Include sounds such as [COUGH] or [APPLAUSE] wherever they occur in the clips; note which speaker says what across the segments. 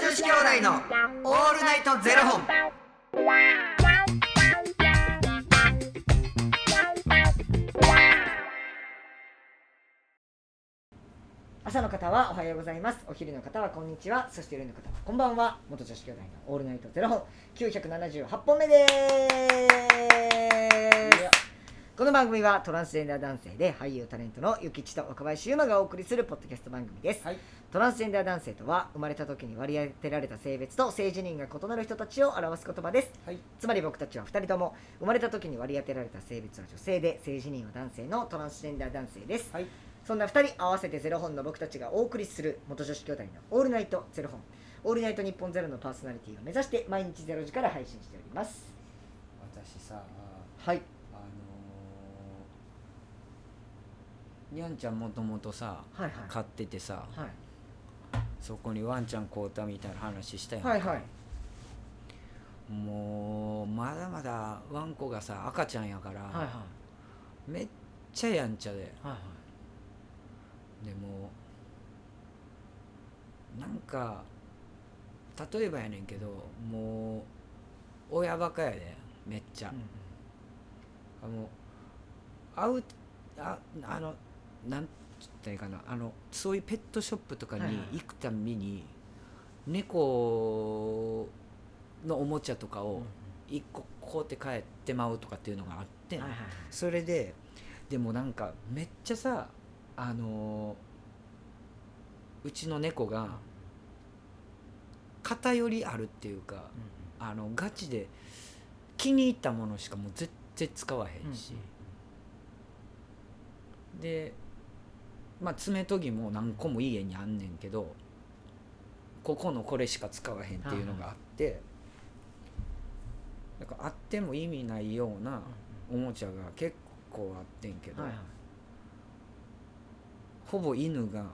Speaker 1: 子兄弟のオールナイトゼロ本。
Speaker 2: 朝の方はおはようございますお昼の方はこんにちはそして夜の方はこんばんは元女子兄弟のオールナイトゼロ本978本目ですこの番組はトランスジェンダー男性で俳優タレントのゆきちと若林優馬がお送りするポッドキャスト番組です、
Speaker 3: はい
Speaker 2: トランスジェンダー男性とは生まれた時に割り当てられた性別と性自認が異なる人たちを表す言葉です
Speaker 3: はい、
Speaker 2: つまり僕たちは2人とも生まれた時に割り当てられた性別は女性で性自認は男性のトランスジェンダー男性です、
Speaker 3: はい
Speaker 2: そんな2人合わせてゼロ本の僕たちがお送りする元女子兄弟の「オールナイトゼロ本」「オールナイト日本ゼロのパーソナリティを目指して毎日ゼロ時から配信しております
Speaker 3: 私さ
Speaker 2: はい
Speaker 3: あのー、にゃんちゃんもともとさ
Speaker 2: はいはい
Speaker 3: 飼っててさ
Speaker 2: はい
Speaker 3: そこにワンちゃん買うたみたいな話したよ、
Speaker 2: はいはい
Speaker 3: もうまだまだワンコがさ赤ちゃんやから、
Speaker 2: はいはい
Speaker 3: めっちゃやんちゃで
Speaker 2: はい
Speaker 3: でもなんか例えばやねんけどもう親バカやでめっちゃ、あの会うああのなんつったらいいかなあのそういうペットショップとか
Speaker 2: はい
Speaker 3: に
Speaker 2: はい
Speaker 3: 行くたんびに、猫のおもちゃとかを一個買うて帰ってまうとかっていうのがあってん、
Speaker 2: はいはい
Speaker 3: それででもなんかめっちゃさあのーうちの猫が偏りあるっていうか、あのガチで気に入ったものしかもう絶対使わへんし、でまあ爪研ぎも何個も家にあんねんけどここのこれしか使わへんっていうのがあって、なんかあっても意味ないようなおもちゃが結構あってんけど、
Speaker 2: はいはい
Speaker 3: ほぼ犬が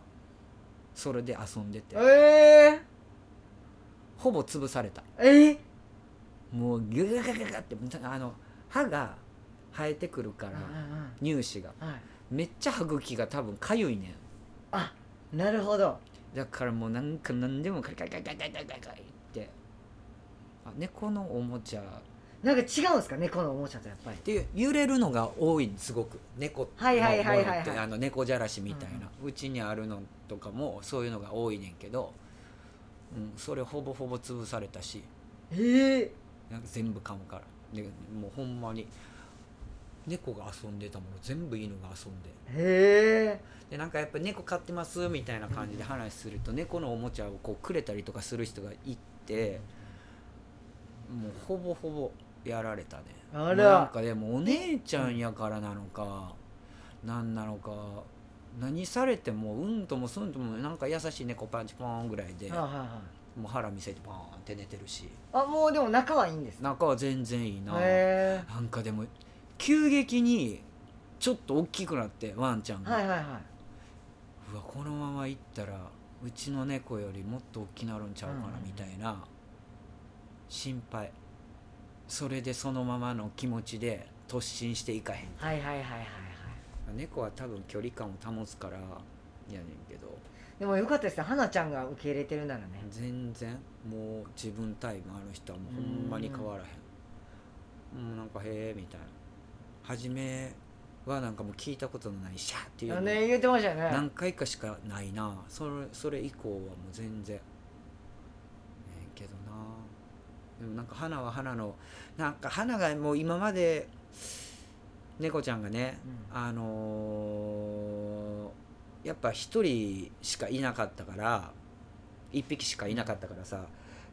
Speaker 3: それで遊んでて
Speaker 2: え
Speaker 3: ほぼ潰された
Speaker 2: ー、え
Speaker 3: もうギュギュギュギュギュってあの歯が生えてくるか
Speaker 2: ー、
Speaker 3: ら
Speaker 2: は
Speaker 3: 乳歯が
Speaker 2: いはい
Speaker 3: めっちゃ歯茎が多分かゆいねん
Speaker 2: あなるほど
Speaker 3: だからもうなんか何でもカリカリカリカリカリカリカリカリってあ猫のおもちゃっ
Speaker 2: なんか違うんですかねこのおもちゃとやっぱり
Speaker 3: ていう揺れるのが多いすごく猫の
Speaker 2: はいはいはいはいはい
Speaker 3: ものってあの猫じゃらしみたいなうち、にあるのとかもそういうのが多いねんけど、うん、それほぼほぼ潰されたし
Speaker 2: ええ
Speaker 3: なんか全部噛むからでもうほんまに猫が遊んでたもの全部犬が遊んで
Speaker 2: ー、へえ
Speaker 3: でなんかやっぱ猫飼ってますみたいな感じで話すると猫のおもちゃをこうくれたりとかする人がいてもうほぼほぼやられたね
Speaker 2: あら
Speaker 3: なんかでもお姉ちゃんやからなのか何なのか何されてもうんともすんともなんか優しい猫パンチポーンぐらいで
Speaker 2: はいはいはい
Speaker 3: もう腹見せてパーンって寝てるし
Speaker 2: あもうでも仲はいいんですね
Speaker 3: 中は全然いいな
Speaker 2: へ
Speaker 3: なんかでも急激にちょっと大きくなってワンちゃん
Speaker 2: え
Speaker 3: が、
Speaker 2: はいはいはいう
Speaker 3: わこのまま行ったらうちの猫よりもっと大きなるんちゃうかな
Speaker 2: うん
Speaker 3: みたいな、心配それでそのままの気持ちで突進していかへん
Speaker 2: はいはいはいはいはい
Speaker 3: 猫は多分距離感を保つからやねんけど
Speaker 2: でもよかったですね花ちゃんが受け入れてるならね
Speaker 3: 全然もう自分タイムある人はもうほんまに変わらへんもうなんかへえみたいな初めはなんかもう聞いたことのないシャーっていうの
Speaker 2: ね言ってましたよね
Speaker 3: 何回かしかないなそれそれ以降はもう全然ねえけどなでもなんか花は花のなんか花がもう今まで猫ちゃんがね、
Speaker 2: う
Speaker 3: あのーやっぱ一人しかいなかったから一匹しかいなかったからさ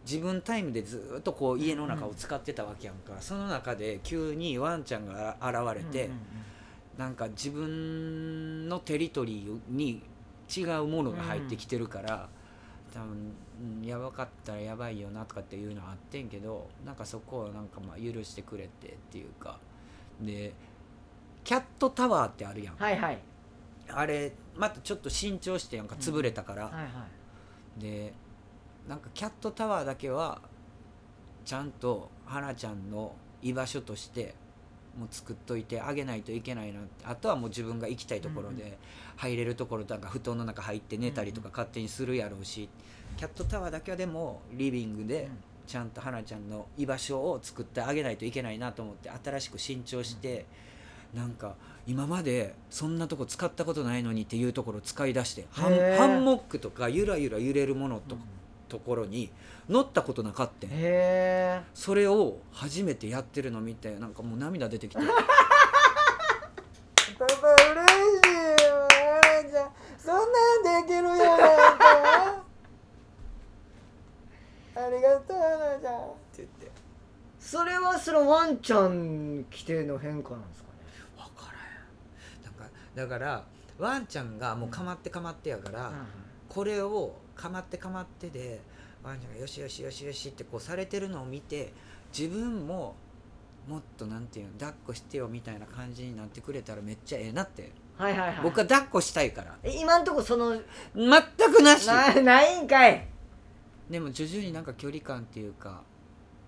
Speaker 3: 自分タイムでずっとこう家の中を使ってたわけやんか、その中で急にワンちゃんが現れて、
Speaker 2: うんうん
Speaker 3: なんか自分のテリトリーに違うものが入ってきてるから、多分うんやばかったらやばいよなとかっていうのはあってんけどなんかそこはなんかまあ許してくれてっていうかでキャットタワーってあるやん、
Speaker 2: うんはいはい
Speaker 3: あれまたちょっと新調してやんか潰れたから、
Speaker 2: はいはい
Speaker 3: でなんかキャットタワーだけはちゃんと花ちゃんの居場所としてもう作っといてあげないといけないなってあとはもう自分が行きたいところ
Speaker 2: うんう
Speaker 3: で入れるところなんか布団の中入って寝たりとか勝手にするやろうしキャットタワーだけはでもリビングでちゃんと花ちゃんの居場所を作ってあげないといけないなと思って新しく新調して、なんか今までそんなとこ使ったことないのにっていうところを使い出してハン
Speaker 2: へー
Speaker 3: ハンモックとかゆらゆら揺れるものと,、
Speaker 2: うん
Speaker 3: ところに乗ったことなかったん
Speaker 2: へえ
Speaker 3: それを初めてやってるの見てなんかもう涙出
Speaker 2: [LAUGHS]
Speaker 3: てきて
Speaker 2: パパ嬉しいよあれじゃんそんなんできるよ
Speaker 3: [LAUGHS]
Speaker 2: なんかありがとうなちゃん
Speaker 3: 言って
Speaker 2: それはそのワンちゃん規定の変化なんですかね
Speaker 3: 分からんなんかだからワンちゃんがもうかまってかまってやから、これをかまってかまってでワンちゃんがよしよしよしよしってこうされてるのを見て自分ももっとなんていうの抱っこしてよみたいな感じになってくれたらめっちゃええなって
Speaker 2: はいはいはい
Speaker 3: 僕は抱っこしたいから
Speaker 2: え今んとこその
Speaker 3: 全くなし
Speaker 2: なないんかい
Speaker 3: でも徐々になんか距離感っていうか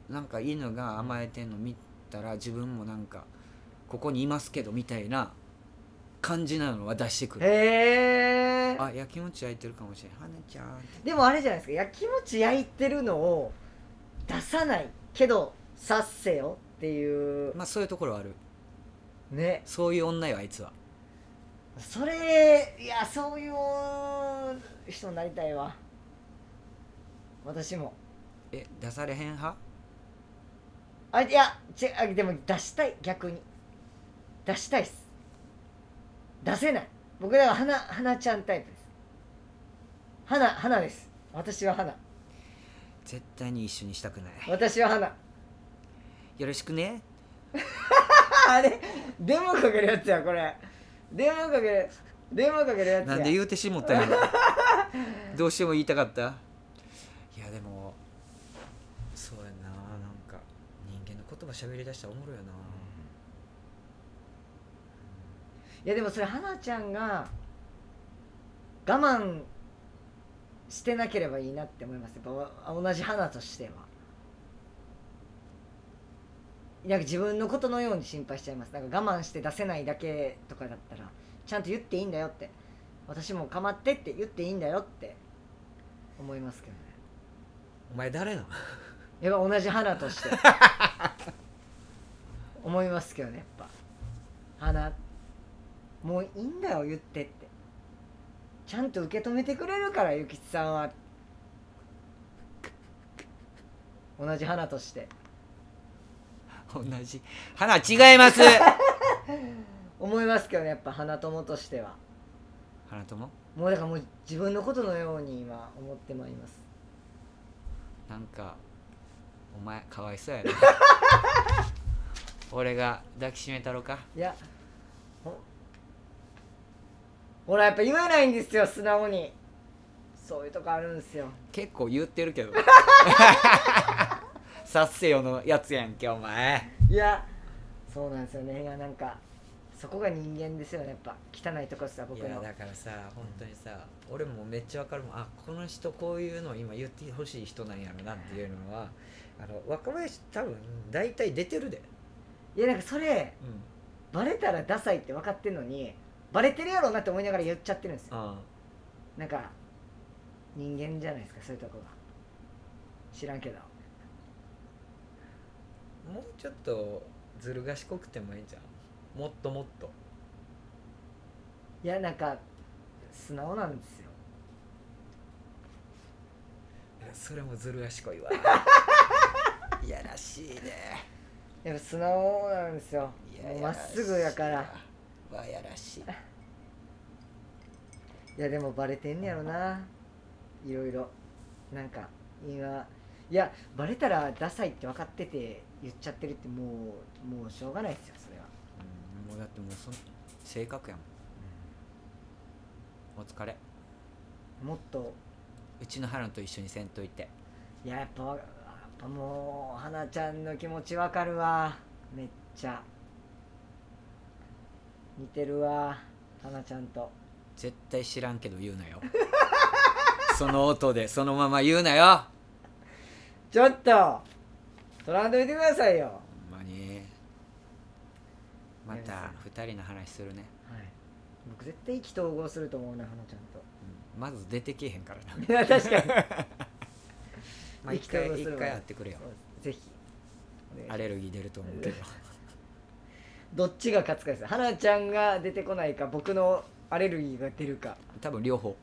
Speaker 3: なんか犬が甘えてんの見たら自分もなんかここにいますけどみたいな感じなのは出してくる
Speaker 2: へえ
Speaker 3: あいや気持ち焼いてるかもしれん花ちゃんって
Speaker 2: でもあれじゃないですかやきもち焼いてるのを出さないけど察せよっていう
Speaker 3: まあそういうところはある
Speaker 2: ね
Speaker 3: そういう女よあいつは
Speaker 2: それいやそういう人になりたいわ私も
Speaker 3: え出されへん派
Speaker 2: あいやちあでも出したい逆に出したいっす出せない僕らは花花ちゃんタイプです花花です私は花
Speaker 3: 絶対に一緒にしたくない
Speaker 2: 私は花
Speaker 3: よろしくね
Speaker 2: [LAUGHS] あれデモかけるやつやこれデモかけるデモかけるやつや
Speaker 3: なんで言うてしもったんやろどうしても言いたかったいやでもそうやななんか人間の言葉喋り出したらおもろいよな、
Speaker 2: いやでもそれ花ちゃんが我慢してなければいいなって思いますやっぱ同じ花としてはなんか自分のことのように心配しちゃいますなんか我慢して出せないだけとかだったらちゃんと言っていいんだよって私も構ってって言っていいんだよって思いますけどね
Speaker 3: お前誰なの
Speaker 2: やっぱ同じ花として思いますけどねやっぱ花もういいんだよ言ってってちゃんと受け止めてくれるから諭吉さんは同じ花として
Speaker 3: 同じ花違います [LAUGHS]
Speaker 2: 思いますけどねやっぱ花友としては
Speaker 3: 花友
Speaker 2: もうだからもう自分のことのように今思ってまいります
Speaker 3: なんかお前かわいそうやな [LAUGHS] 俺が抱きしめたろか
Speaker 2: いやほほらやっぱ言えないんですよ素直にそういうとこあるんですよ
Speaker 3: 結構言ってるけど [LAUGHS] さっせよのやつやんけお前
Speaker 2: いやそうなんですよねいやなんかそこが人間ですよねやっぱ汚いとこっすわ
Speaker 3: い
Speaker 2: 僕
Speaker 3: や
Speaker 2: の
Speaker 3: だからさ本当にさ、俺もめっちゃわかるもんあこの人こういうの今言ってほしい人なんやろなっていうのはあの若林多分大体出てるで、
Speaker 2: いやなんかそれ
Speaker 3: うん、
Speaker 2: バレたらダサいって分かってんのにバレてるやろうなって思いながら言っちゃってるんですよ
Speaker 3: あ
Speaker 2: なんか人間じゃないですかそういうとこが知らんけど
Speaker 3: もうちょっとずる賢くてもいいんじゃんもっともっと
Speaker 2: いやなんか素直なんですよ
Speaker 3: いやそれもずる賢いわい [LAUGHS] やらしいね
Speaker 2: やっぱ素直なんですよ
Speaker 3: いや
Speaker 2: もう
Speaker 3: い
Speaker 2: ま
Speaker 3: や
Speaker 2: っ
Speaker 3: らしい
Speaker 2: すぐやから
Speaker 3: わやらしい
Speaker 2: いやでもバレてんねやろないろいろなんか今いやバレたらダサいって分かってて言っちゃってるってもうもうしょうがないですよそれは
Speaker 3: うんもうだってもうその性格やもんお疲れ
Speaker 2: もっと
Speaker 3: うちのハロンと一緒にせんといて
Speaker 2: いややっぱやっぱもう花ちゃんの気持ち分かるわめっちゃ似てるわ花ちゃんと
Speaker 3: 絶対知らんけど言うな [LAUGHS] よその音でそのまま言うなよ
Speaker 2: ちょっと取らんといてくださいよ
Speaker 3: ほんまにまた2人の話するね、
Speaker 2: はい、僕絶対意気投合すると思うな花ちゃん [LAUGHS] と
Speaker 3: うんまず出てけへんからな
Speaker 2: いや確かに
Speaker 3: まあ一
Speaker 2: 意気投合
Speaker 3: 回
Speaker 2: す
Speaker 3: 一
Speaker 2: るわ
Speaker 3: 回会ってくれよ
Speaker 2: そうですぜひお願いします
Speaker 3: アレルギー出ると思うけど
Speaker 2: どっちが勝つかです花ちゃんが出てこないか僕のアレルギーが出るか
Speaker 3: 多分両方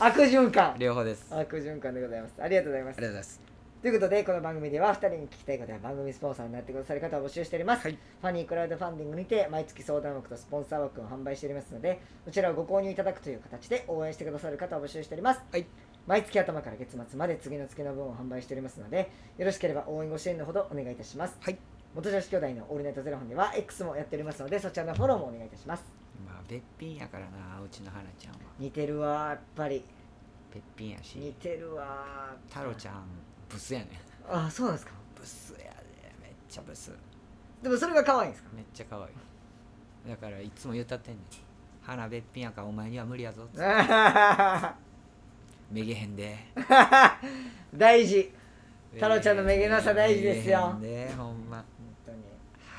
Speaker 2: 悪循環
Speaker 3: 両方ですあ
Speaker 2: 悪循環でございますありがとうございます
Speaker 3: りがとうございます
Speaker 2: ということでこの番組では2人に聞きたいことや番組スポンサーになってくださる方を募集しております、ファニークラウドファンディングにて毎月相談枠とスポンサー枠を販売しておりますのでこちらをご購入いただくという形で応援してくださる方を募集しております、
Speaker 3: はい
Speaker 2: 毎月頭から月末まで次の月の分を販売しておりますのでよろしければ応援ご支援のほどお願いいたします、
Speaker 3: はい
Speaker 2: 元女子兄弟のオールナイトゼロ本では X もやっておりますのでそちらのフォローもお願いいたします
Speaker 3: まあべっぴんやからなうちの花ちゃんは
Speaker 2: 似てるわやっぱり
Speaker 3: べっぴんや
Speaker 2: 似
Speaker 3: して
Speaker 2: るわ
Speaker 3: 太郎ちゃんブスやね
Speaker 2: ああそうなんですか
Speaker 3: ブスやでめっちゃブス
Speaker 2: でもそれが可愛いん [LAUGHS] ですか
Speaker 3: めっちゃ可愛いだからいつも言ったってんねん花べっぴんやからお前には無理やぞ
Speaker 2: [LAUGHS] あははは
Speaker 3: めげへんで
Speaker 2: 大事太郎ちゃんのめげなさ大事ですよ
Speaker 3: めげへんでほんま
Speaker 2: 本当に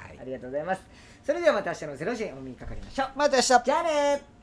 Speaker 3: はい
Speaker 2: ありがとうございますそれではまた明日のゼロ時にお目にかかりましょう
Speaker 3: また明日
Speaker 2: じゃあねー